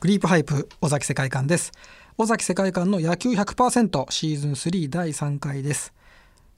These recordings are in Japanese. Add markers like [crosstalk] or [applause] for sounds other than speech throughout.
クリープハイプ尾崎世界観です尾崎世界観の野球100%シーズン3第3回です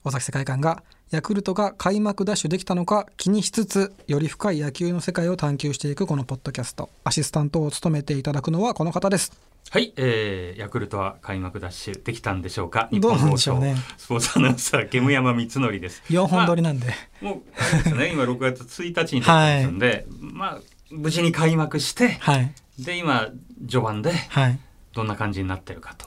尾崎世界観がヤクルトが開幕ダッシュできたのか気にしつつより深い野球の世界を探求していくこのポッドキャストアシスタントを務めていただくのはこの方ですはい、えー、ヤクルトは開幕ダッシュできたんでしょうか。日どう本なん放でしょう送、ねスポーツアナウンサー煙山光則です。 4本撮りまなんで、あもうあれですね、今6月1日に撮ってますんで、まあ無事に開幕して、はいで今序盤ではいどんな感じになってるかと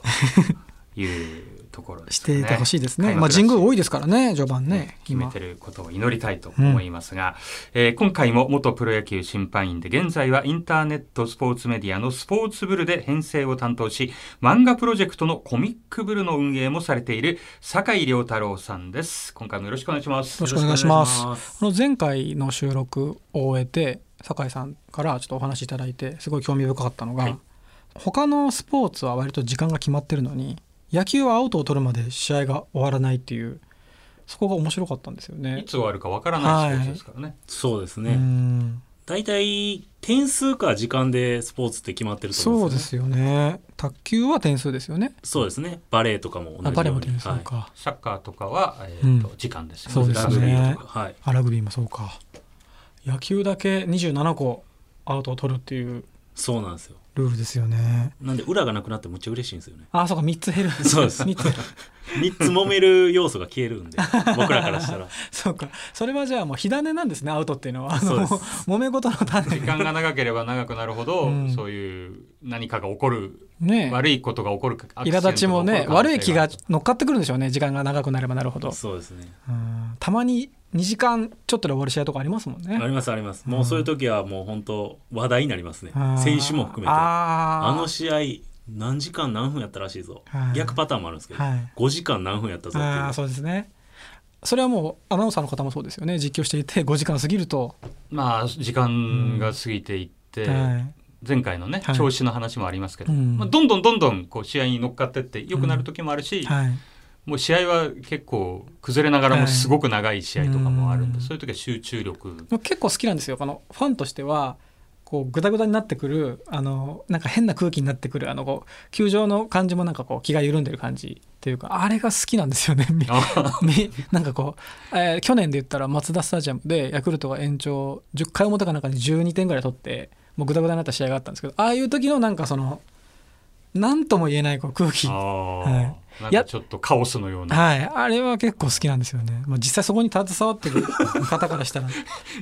いうところ [laughs] でしすかね。ていてほしいですね開まあ幕ダッシ神ュ宮多いですからね序盤ね決め今てることを祈りたいと思いますが、えー今回も元プロ野球審判員で現在はインターネットスポーツメディアのスポーツブルで編成を担当し漫画プロジェクトのコミックブルの運営もされている酒井亮太郎さんです今回もよろしくお願いしますよろしくお願いしますよろしくお願いしあの前回の収録を終えて酒井さんからちょっとお話いただいてすごい興味深かったのが、はい他のスポーツは割と時間が決まってるのに野球はアウトを取るまで試合が終わらないっていうそこが面白かったんですよいねつ。終わるかわからないスポーツですからね、そうですうね。ん大体、点数か時間でスポーツって決まってると思そううんでですよね。すよね卓球は点数ですよね。そうですね。バレエとかも同じようあに。バレーも点数はいか、サッカーとかは、えーとうん時間ですよそうですラグビーねとかはい。あラグビーもそうか野球だけ27個アウトを取るっていうそうなんですよ。ルールですよね。なんで、裏がなくなってむっちゃ嬉しいんですよね。あそうか3つ減るそうです3つ減る3つ揉める要素が消 [laughs] えるんで、僕らからしたら。そうかそれはじゃあもう火種なんですねアウトっていうのはあそうのです揉め事の種時間が長ければ長くなるほど、うんそういう何かが起こるね悪いことが起こるアクセ苛ント立ちもがね起こる可能性悪い気あがる乗っかってくるんでしょうね時間が長くなればなるほどそうですね。うんたまに2時間ちょっとで終わる試合とかありますもんねありますあります。もうそういう時はもう本当話題になりますねうん。選手も含めて。ああーの試合、何時間何分やったらしいぞはい。逆パターンもあるんですけど、はい5時間何分やったぞっていう。あーそうですねそれはもうアナウンサーの方もそうですよね実況していて5時間過ぎると、まあ時間が過ぎていって、はい前回のね、はい調子の話もありますけど、うんまあ、どんどんどんどんこう試合に乗っかってって良くなる時もあるし、はいもう試合は結構崩れながらはもいすごく長い試合とかもあるんで、うんそういう時は集 [laughs] 中力でも結構好きなんですよこのファンとしてはこうグダグダになってくるあのなんか変な空気になってくるあのこう球場の感じもなんかこう気が緩んでる感じっていうかあれが好きなんですよね。 [laughs] みあみなんかこう、えー去年で言ったらマツダスタジアムでヤクルトが延長10回表かなんかに12点ぐらい取ってもうグダグダになった試合があったんですけどああいう時のなんかその何とも言えないこう空気あはーなんいやかちょっとカオスのような。いあれは結構好きなんですよね、まあ、実際そこに携わってる方からしたら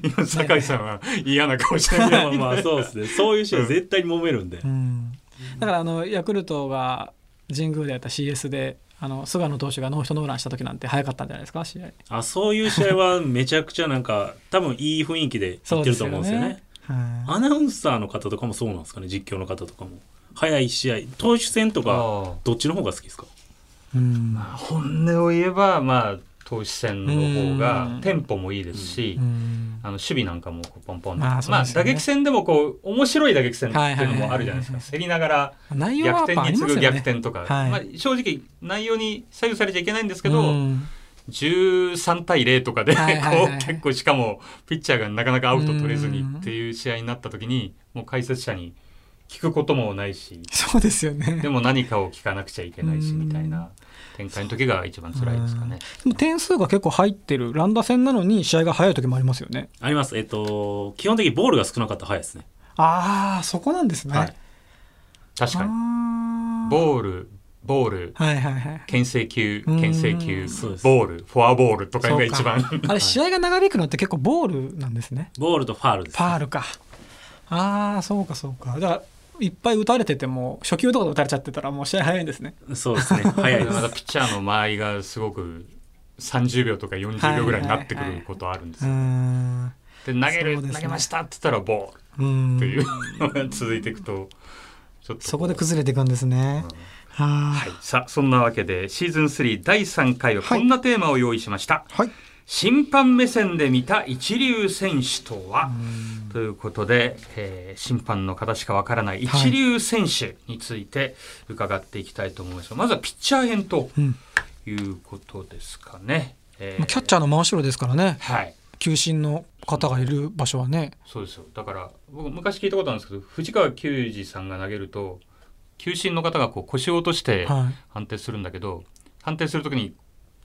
今酒井さんは嫌な顔してる [laughs] いやまあまあそうですねそういう試合絶対に揉めるんで、うんだからあのヤクルトが神宮でやった CS であの菅野投手がノーヒットノーランした時なんて早かったんじゃないですか試合あそういう試合はめちゃくちゃなんか多分いい雰囲気でやってると思うんですよねはいアナウンサーの方とかもそうなんですかね実況の方とかも早い試合投手戦とか [laughs] あーどっちの方が好きですかうんまあ本音を言えば、まあ、投手戦の方うがんテンポもいいですし、うんあの守備なんかもこうポンポンとまあそうまあですよ打ね撃戦でもこう面白い打撃戦っていうのもあるじゃなはいはいはいはいですかい競りながら内容はや逆っ転ぱあにりま次すぐよ逆ね転とか、はいまあ、正直内容に左右されちゃいけないんですけど、うん13対0とかで、はいはいはいこう結構しかもピッチャーがなかなかアウト取れずにっていう試合になった時にもう解説者に聞くこともないしそうですよねでも何かを聞かなくちゃいけないしうんみたいな展開の時が一番辛いですかね。でも点数が結構入ってる乱打戦なのに試合が早い時もありますよねありますえっと基本的にボールが少なかったら早いですねああそこなんですね、はい確かにあーボールボールはいはいはい牽制球うん牽制球そうですボールフォアボールとかが一番 [laughs] そうかあれ試合が長引くのって結構ボールなんですねボールとファールですファールかああそうかそうかだからいっぱい打たれてても初球とかで打たれちゃってたらもう試合早いんですねそうで [laughs] すね早いでまたすピッチャーの間合いがすごく30秒とか40秒ぐらいになってくることあるんですうーよ。んうで投げそうる、ですね投げましたって言ったらボールーんっていうのが続いていくとちょっとそこで崩れていくんですね、うんははいい、さあそんなわけでシーズン3第3回ははこいんなテーマを用意しました。はい審判目線で見た一流選手とはということで、えー審判の方しかわからないはい一流選手について伺っていきたいと思いますが、まずはピッチャー編とうんいうことですかね。えまあキャッチャーの真後ろですからねはい、球審の方がいる場所はね、そうですよだから僕昔聞いたことあるんですけど藤川球児さんが投げると球審の方がこう腰を落としてはい、判定するんだけど、判定するときに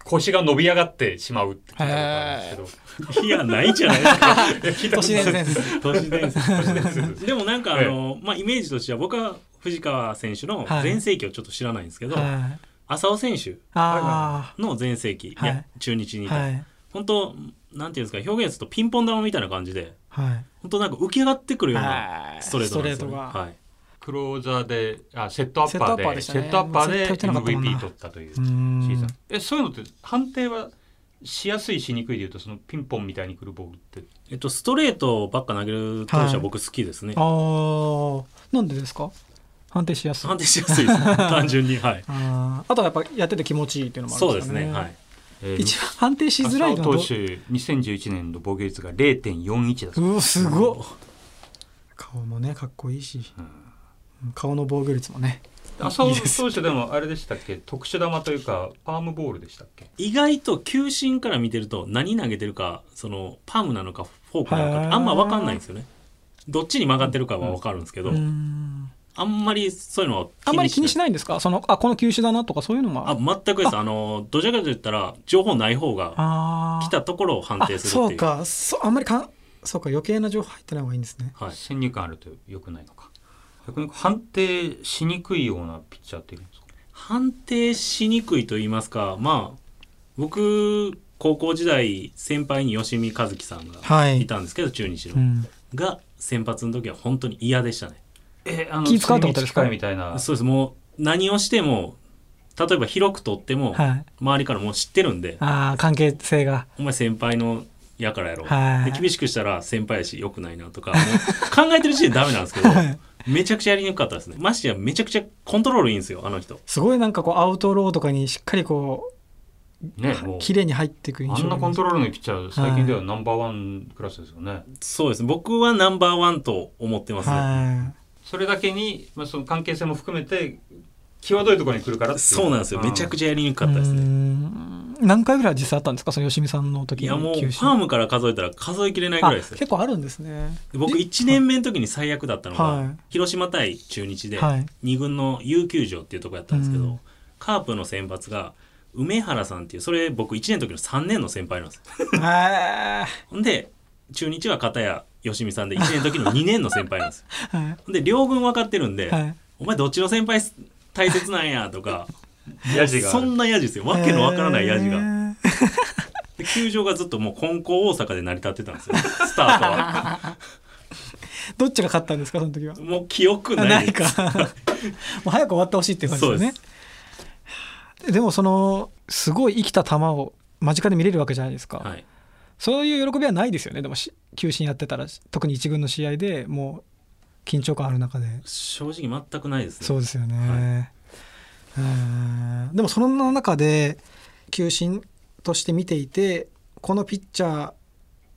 腰が伸び上がってしまうって聞いたことあるんですいやないじゃないですかけど、いや聞い都たこと市ない伝です説都市伝説都市伝説でもなんかあの、まあ、イメージとしては僕は藤川選手の全盛期をちょっと知らないんですけど、はい浅尾選手あの全盛期、はいいや中日あにいた、はい本当なんていうんですか表現するとピンポン玉みたいな感じではい本当なんか浮き上がってくるようなはいストレートなんですよ、ストね、レートがはいクローザーであセットアッパーでセセッットトアアッッパパーーででしたねもう絶対打てなかったもんな MVP 取ったといううシーんーズンえそういうのって判定はしやすいしにくいでいうとそのピンポンみたいにくるボールってえっと、ストレートばっか投げる投手は僕好きですね、あーなんでですか判定しやすい判定しやすいです [laughs] ね単純にはいあーあとはやっぱやってて気持ちいいっていうのもあるそんうでですすかねねはいえー一番判定しづらいのは浅ど尾投手2011年の防御率が0.41だそううわすごっ顔もねかっこいいし、顔の防御率もね浅尾いいです投手でもあれでしたっけ特殊球というかパームボールでしたっけ意外と球審から見てると何投げてるかそのパームなのかフォークなのへかーあんま分かんないんですよねどっちに曲がってるかは分かるんですけど、うーんあんまりそういうのはあんまり気にしないないんですかそのあこの球種だなとかそういうのもあ全くですあのどちらかと言ったら情報ない方があー来たところを判定するあそってういうかそうあんまりかんそうか余計な情報入ってない方がいいんですねはい、先入観あると良くないのか逆に判定しにくいようなピッチャーっているんですか判定しにくいと言いますかまあ僕高校時代先輩に吉見和樹さんはがいいたんですけど、中日の、うんが先発の時は本当に嫌でしたねえあの気使うってことですか精密機械みたいなそうですもう何をしても例えば広く取っても、はい周りからもう知ってるんでああ関係性がお前先輩のやからやろ、はいで厳しくしたら先輩やし良くないなとかもう考えてる時点でダメなんですけどはいめちゃくちゃやりにくかったですねましてやめちゃくちゃコントロールいいんですよあの人すごいなんかこうアウトローとかにしっかりこねうもう綺麗に入っていく印象あんなコントロールのいいピッチャー最近ではナンバーワンクラスですよね、そうですね僕はナンバーワンと思ってますね、はそれだけに、まあ、その関係性も含めて際どいところに来るからっていそうなんですよめちゃくちちゃやりにくいかったですうーねん何回ぐらい実際あったんですかその吉見さんの時いやもうフ球ァ種ームから数えたら数えきれないぐらいですあよ結構あるんですねで僕え1年目の時に最悪だったのが、はい広島対中日ではい2軍の有球場っていうとこやったんですけど、うんカープの先発が梅原さんっていうそれ僕1年の時の3年の先輩なんですはいほんで中日は片や吉見さんで1年の時の2年の先輩なんです [laughs] よはほんで両軍分かってるんで、いはいお前どっちの先輩大切なんやと [laughs] かゃヤジがあそるんなヤジですよわけのわからないヤジがへーで球場がずっともう金光大阪で成り立ってたんで [laughs] すよスタートはどっちが勝ったんですかその時はもう記憶あなないいですか [laughs] もう早く終わってほしいっていう感じですよねそでもそのすごい生きた球を間近で見れるわけじゃないですか、はい、そういう喜びはないですよねでもし球審やってたら特に一軍の試合でもう緊張感ある中で正直全くないですねそうですよね、うんでもその中で球審として見ていてこのピッチャー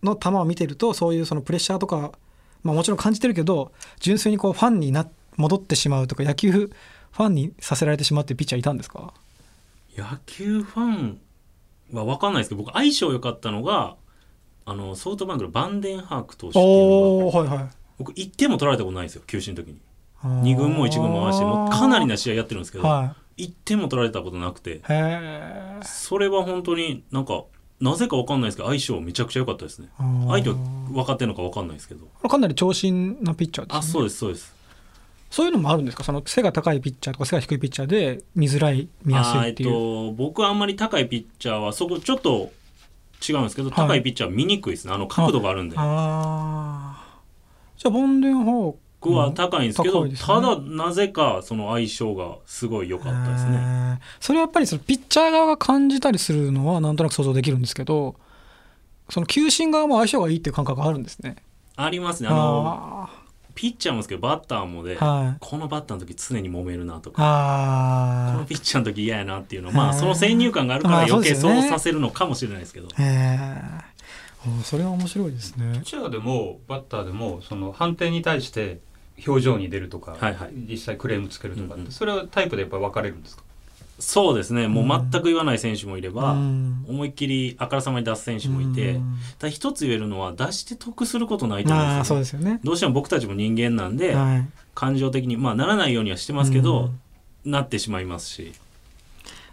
の球を見てるとそういうそのプレッシャーとか、まあ、もちろん感じてるけど純粋にこうファンにな戻ってしまうとか野球ファンにさせられてしまうっていうピッチャーいたんですか野球ファンは分かんないですけど僕相性良かったのがあのソフトバンクのバンデンハーク投手っていうのがーはいはい僕1点も取られたことないんですよ球審の時に2軍も1軍も回してもうかなりな試合やってるんですけど、は1点も取られたことなくていへえそれは本当になんかなぜか分かんないですけど相性めちゃくちゃ良かったですね相手は分かってるのか分かんないですけどかなり長身なピッチャーです、ね、あそうですそうですそういうのもあるんですかその背が高いピッチャーとか背が低いピッチャーで見づらい見やすいっていう、あーえっと、僕はあんまり高いピッチャーはそこちょっと違うんですけど、はい高いピッチャーは見にくいですねあの角度があるんでああじゃあボンデンホ僕は高いんですけうど、ん高いですねただなぜかその相性がすごい良ーかったですねへーそれはやっぱりそのピッチャー側が感じたりするのはなんとなく想像できるんですけどその球審側も相性がいいっていう感覚があるんですねありますねあのあピッチャーもですけどバッターもで、ーはいこのバッターの時常に揉めるなとかこのあピッチャーの時嫌やなっていうのはまへあーその先入観があるかまあら余計そうですよねそうさせるのかもしれないですけど、ーへえそれは面白いですねピッチャーでもバッターでもその判定に対して表情に出るとか、はいはい実際クレームつけるとかって、うんうんそれはタイプでやっぱり分かれるんですかそうですねもう全く言わない選手もいれば、うん思いっきりあからさまに出す選手もいて、ただ一つ言えるのは出して得することないと思うんああでーすそうでよ、ね、すよね。どうしても僕たちも人間なんで、はい。感情的にまあならないようにはしてますけど、なってしまいますし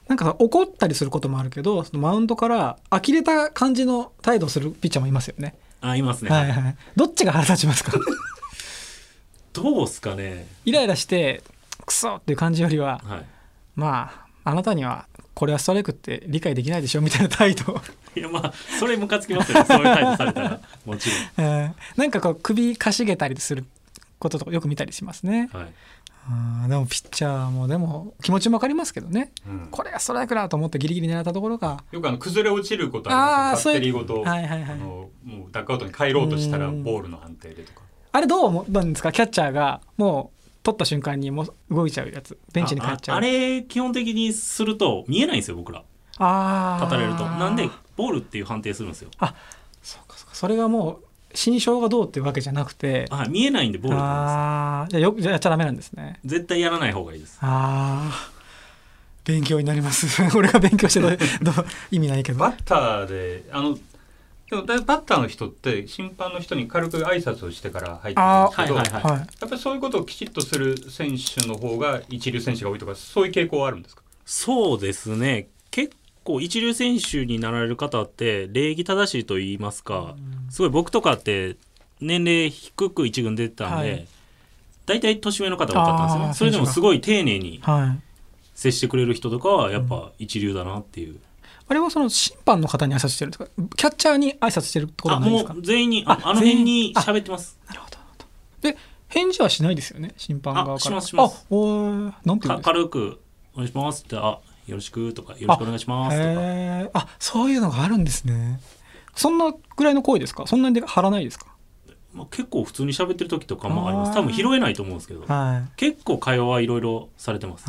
なんかさ怒ったりすることもあるけど、そのマウンドから呆れた感じの態度をするピッチャーもいますよね。あいますね、はいはい。どっちが腹立ちますか。 [laughs] どうっすかねイライラしてクソっていう感じよりは、はいまああなたにはこれはストライクって理解できないでしょみたいな態度。 [laughs] いやまあそれムカつきますよねそういう態度されたらもちうんなんかこう首かしげたりすることとかよく見たりしますね。ろん、はい、うんでもピッチャーもでも気持ちもわかりますけどね。うんこれがストライクだと思ってギリギリ狙ったところが。よくあの崩れ落ちることありますあーよバッテリーごと、はいはいはあい。のもうダッグアウトに帰ろうとしたらうんボールの判定でとかあれどう思ったんですかキャッチャーがもう取った瞬間にもう動いちゃうやつベンチに帰っちゃうあああれ基本的にすると見えないんですよ僕らあー立たれるとなんでボールっていう判定するんですよ、そうかそうかそれがもう心象がどうっていうわけじゃなくてはい、見えないんでボールなんああじゃであよくじゃあやっちゃダメなんですねす絶対やらない方がいいですああ勉強になります [laughs] 俺が勉強してど [laughs] うどう意味ないけどバッターであのでもだバッターの人って審判の人に軽く挨拶をしてから入ってくるんですけど、あーはいはいはいはいやっぱりそういうことをきちっとする選手の方が一流選手が多いとかそういう傾向はあるんですかそうですね結構一流選手になられる方って礼儀正しいと言いますか、すごい僕とかって年齢低く一軍出てたんで、はい大体年上の方が多かったんですあーねそれでもすごい丁寧にはい接してくれる人とかはやっぱ一流だなっていう、あれはその審判の方に挨拶してるんですかキャッチャーに挨拶してるってことあはないんでもすかう全員にあああの辺全員に喋ってますなるほどなるほどで返事はしないですよね審判側からあしますしますあおーなんて言うかんですか軽く「お願いします」って「あよろしく」とか「よろしくお願いします」とかへーあそういうのがあるんですねそんなぐらいの声ですかそんなに張らないですかまあ、結構普通に喋ってる時とかもありまあすー多分拾えないと思うんですけどはい結構会話はいろいろされてます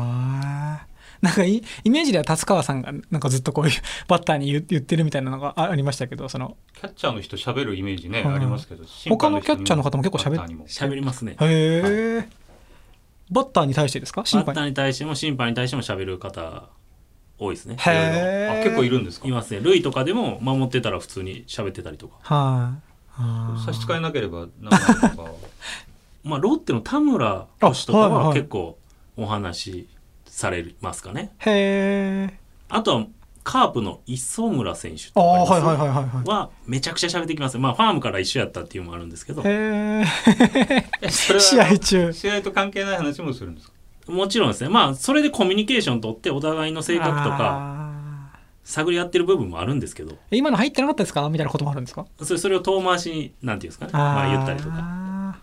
あーなんかイイメージでは達川さんがなんかずっとこういう [laughs] バッターに言言ってるみたいなのがあありましたけどそのキャッチャーの人喋るイメージね、うんありますけど他のキャッチャーの方も結構喋っるも喋りますねへえ、バッターに対してですか審バッタ判ーにに対しても審判に対しても喋る方多いですねへいろいろあえ結構いるるんですかいますね塁とかでも守ってたら普通に喋ってたりとかはいあー差し支えなければ [laughs] 名前とかはまあロッテの田村投手とかあはいははい結構お話しされますかねへえあとはカープの磯村選手とあかーいまはすいはいはいはいはいはめちゃくちゃ喋ってきますまあファームから一緒やったっていうのもあるんですけどへええそれ [laughs] は試合中試合と関係ない話もするんですかもちろんですねまあそれでコミュニケーション取ってお互いの性格とかあ探り合ってる部分もあるんですけどー今の入ってなかったですかみたいなこともあるんですかそれそれを遠回しになんていうんですかねまあ言ったりとかか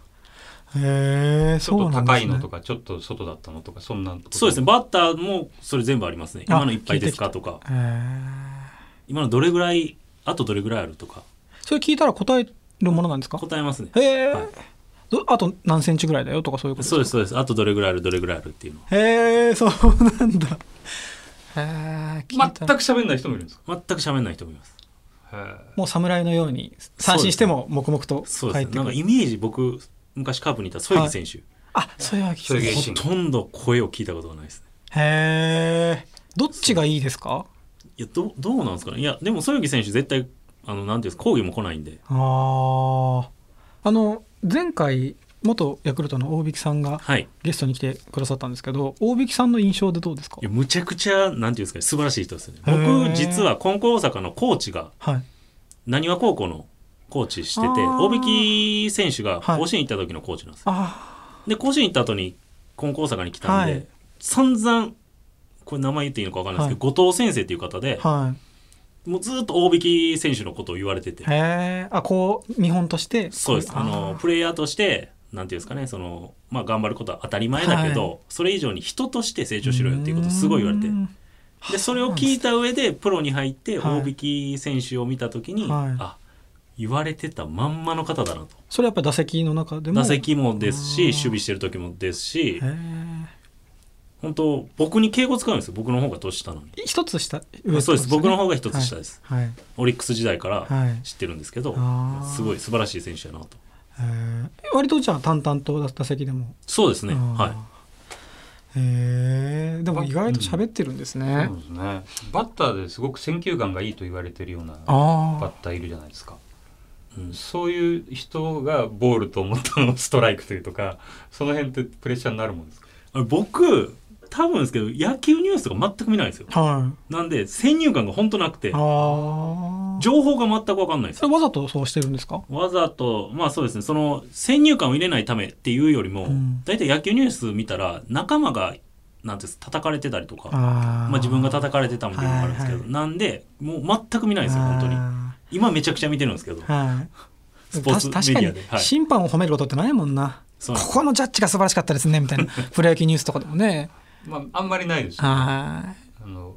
へえちょそっうとなんです高ねいのとかちょっと外だったのとかそんなことそうですねバッターもそれ全部ありますねあ今のいっぱいですかとかへえ今のどれぐらいあとどれぐらいあるとかそれ聞いたら答えるものなんですか答えますねへえ、はいどあと何センチぐらいだよとかそういうことそうですすそうですあとどれぐらいあるどれぐらいあるっていうのかへえそうなんだへえ聞い全たく喋んない人もいるんですか全く喋んない人もいますへーもう侍のように三振しても黙々とそう帰でっすてくねなんる、かイメージ僕昔カープにいたソイギ選手、あそういうわけそういうへ芸人ほとんど声を聞いたことがないですねえどっちがいいですかいやどどうなんですかねいやでもソイギ選手絶対あのなんていうんですか抗議も来ないんであああの前回元ヤクルトの大引さんがはいゲストに来てくださったんですけど大引さんの印象でどうですかいやむちゃくちゃなんていうんですかね素晴らしい人ですよねへー僕実は金光大阪のコーチがはいなにわ高校のコーチしてあてー大引選手がはい甲子園行った時のコーチなんですよ、あで甲子園行った後に金光大阪に来たんで、はい散々これ名前言っていいのか分かんないですけど、後藤先生っていう方で、あはいもうずっと大引選手のことを言われててへえあこう見本としてそうですあのプレイヤーとしてなんていうんですかねその、まあ、頑張ることは当たり前だけど、はそれ以上に人として成長しろよっていうことをすごい言われてでそれを聞いた上でプロに入ってはい大引選手を見た時に、はいあ言われてたまんまの方だなとそれやっぱり打席の中でも打席もですしうん守備してる時もですしへー本当僕に敬語使うんですよ僕の方が年下なのに、一つ下上そうです僕のが方が一つ下です、はい、オリックス時代からはい知ってるんですけど、あーすごい素晴らしい選手やなとえー割とじゃあ淡々と打打席でもそうですねあーはいへえでも意外と喋ってるんですね。そうですね。バッターですごく選球眼がいいと言われてるようなバッあターいるじゃないですか。うんそういう人がボールと思ったのをストライクというとか、その辺ってプレッシャーになるもんですか。あれ僕多分ですけど野球ニュースとか全く見ないんですよあ、はい。なんで先入観が本当なくてああ。情報が全く分かんないんですそよれわざとそうしてるんですか。わざとまあそうですねその先入観を入れないためっていうよりもうん大体、野球ニュース見たら仲間がなんていうんです叩かれてたりとかああ。まあ、自分が叩かれてたみたいなのがあるんですけど、はいはなんでもう全く見ないんですよ本当にあ今めちゃくちゃ見てるんですけどーはい。スポーツた確かメディアにではい審判を褒めることってないもんな。そうここのジャッジが素晴らしかったですねみたい [laughs] なプロ野球ニュースとかでもね。まああんまりないですね。はあの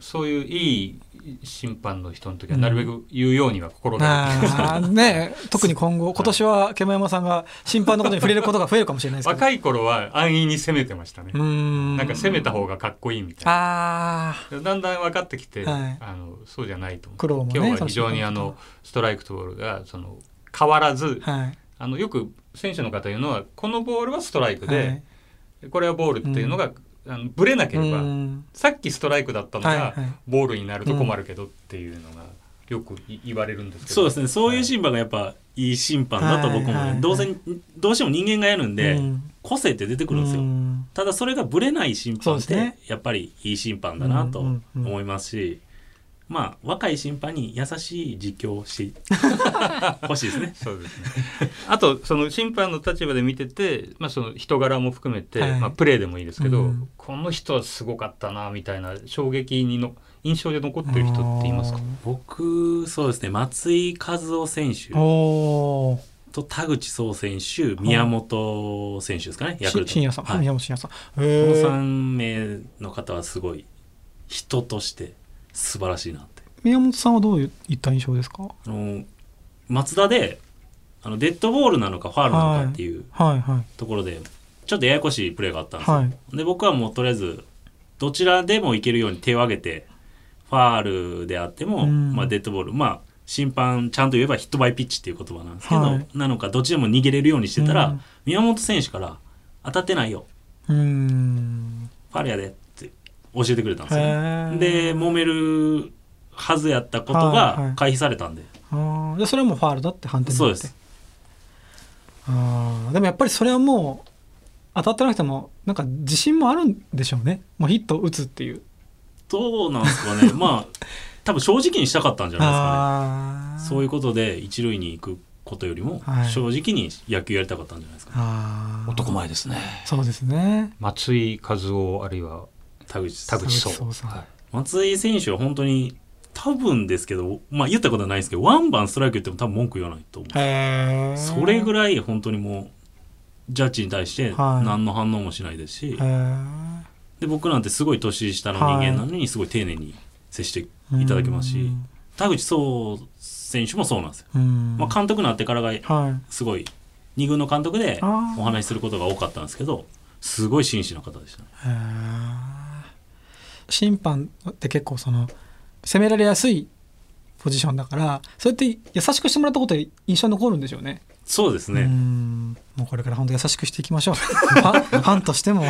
そういういい審判の人の時はなるべく言うようには心い。がけてますあーね特に今後今年は煙山さんが審判のことに触れることが増えるかもしれないですけど。若い頃は安易に攻めてましたねう。ーん。なんか攻めた方がかっこいいみたいな。ああ。だんだん分かってきて、はいあのそうじゃないと思う苦労もね今日は非常にあのストライクとボールがその変わらずはい。あのよく選手の方言うのはこのボールはストライクはでい、これはボールっていうのが、あのブレなければ、うんさっきストライクだったのはいがはいボールになると困るけどっていうのがよくい言われるんですけどそうですねそういうは審判がやっぱいい審判だと僕はも、いはいはいどうせどうしても人間がやるんで、うん個性って出てくるんですよ、うんただそれがぶれない審そう判でっすねてやっぱりいい審判だなとうんうんうん思いますし、まあ若い審判に優しい実況をして [laughs] ほしいですねそうですね。 [laughs] あとその審判の立場で見てて、まあその人柄も含めて、はいまあプレーでもいいですけど、うんこの人はすごかったなみたいな衝撃にの印象で残ってる人っていますか。僕そうですね松井和夫選手おお。と田口壮選手宮本選手ですかねヤクルしト深夜さん。はいはい、宮本深夜さん。このへえ。 3名の方はすごい人として素晴らしいなって宮本さんはどういった印象ですか。あの松田であのデッドボールなのかファールなのかっていうはいはところで、ちょっとややこしいプレーがあったいんですよ、はい。で僕はもうとりあえずどちらでもいけるように手を挙げてファールであってうも、んまあ、デッドボールまあ審判ちゃんと言えばヒットバイピッチっていう言葉なんですけど、はいなのかどっちでも逃げれるようにしてたら、うん宮本選手から「当たってないようーん。ファールやで」って教えてくれたんですよ、ね。へえ。で揉めるはずやったことはいはがい回避されたんで、ああ、でそれはもうファールだって判定になそうっでて。す。ああ、でもやっぱりそれはもう当たってなくてもなんか自信もあるんでしょうね。もうヒットを打つっていう。どうなんですか [laughs] ねまあ多分正直にしたかったんじゃないですかああ。ねそい。ういううことで一塁に行くことよりもはい正直に野球やりたかったんじゃないですか、ねああ。前ですね。そうですね。松井和夫あるいは田口さ田ん口壮田口壮さんはい松井選手は本当に多分ですけどまあ言ったことはないですけどワンバンストライク言っても多分文句言わないと思う、へえ。それぐらい。らい本当にもうジャッジに対してはい何の反応もしないですし、へえ。で僕なんてすごい年下の人間なのにすごい丁寧に接していただきますし、田口壮選手もそうなんですよ、うん。まあ、監督になってからがはい。すごい2軍の監督であーお話しすることが多かったんですけどすごい真摯な方でしたねへー審判って結構その攻められやすいポジションだからそれって優しくしてもらったことで印象に残るんでしょうねそうですうーね、んもうこれから本当優しくしていきましょう [laughs] ファンファンとしても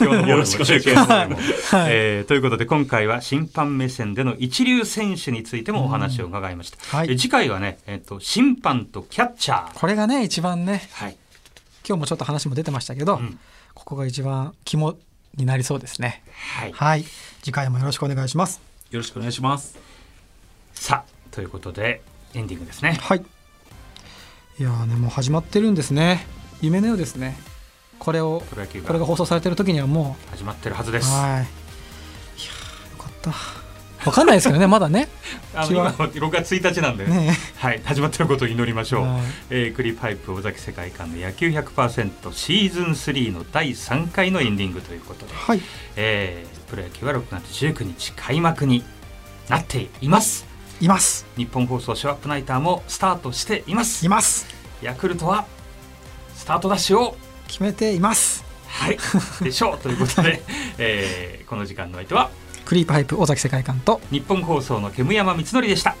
今日のよろしくお願いしますす。えーということで今回は審判目線での一流選手についてもお話を伺いました。はいえ次回はね、えっ、と審判とキャッチャー。これがね一番ねはい。今日もちょっと話も出てましたけど、うんここが一番肝になりそうですねはい。はい次回もよろしくお願いしますよろしくお願いしますさあということでエンディングですね。はいいやーねもう始まってるんですね夢のようですねこれをプロ野球これがが放送されてる時にはもう始まってるはずです。はい。いやーよかった。わかんないですけどね、まだね。あの違う今6月1日なんで、 [laughs] ねはい、始まってることを祈りましょう、はいえークリパイプ尾崎世界観の野球100%シーズン3の第3回のエンディングということで、はい。えープロ野球は6月19日開幕になっていますいます。日本放送ショーアップナイターもスタートしていますいます。ヤクルトはスタートダッシュを決めています。はいでしょうということで、 [laughs] えーこの時間の相手はクリープハイプ尾崎世界観と日本放送の煙山光則でした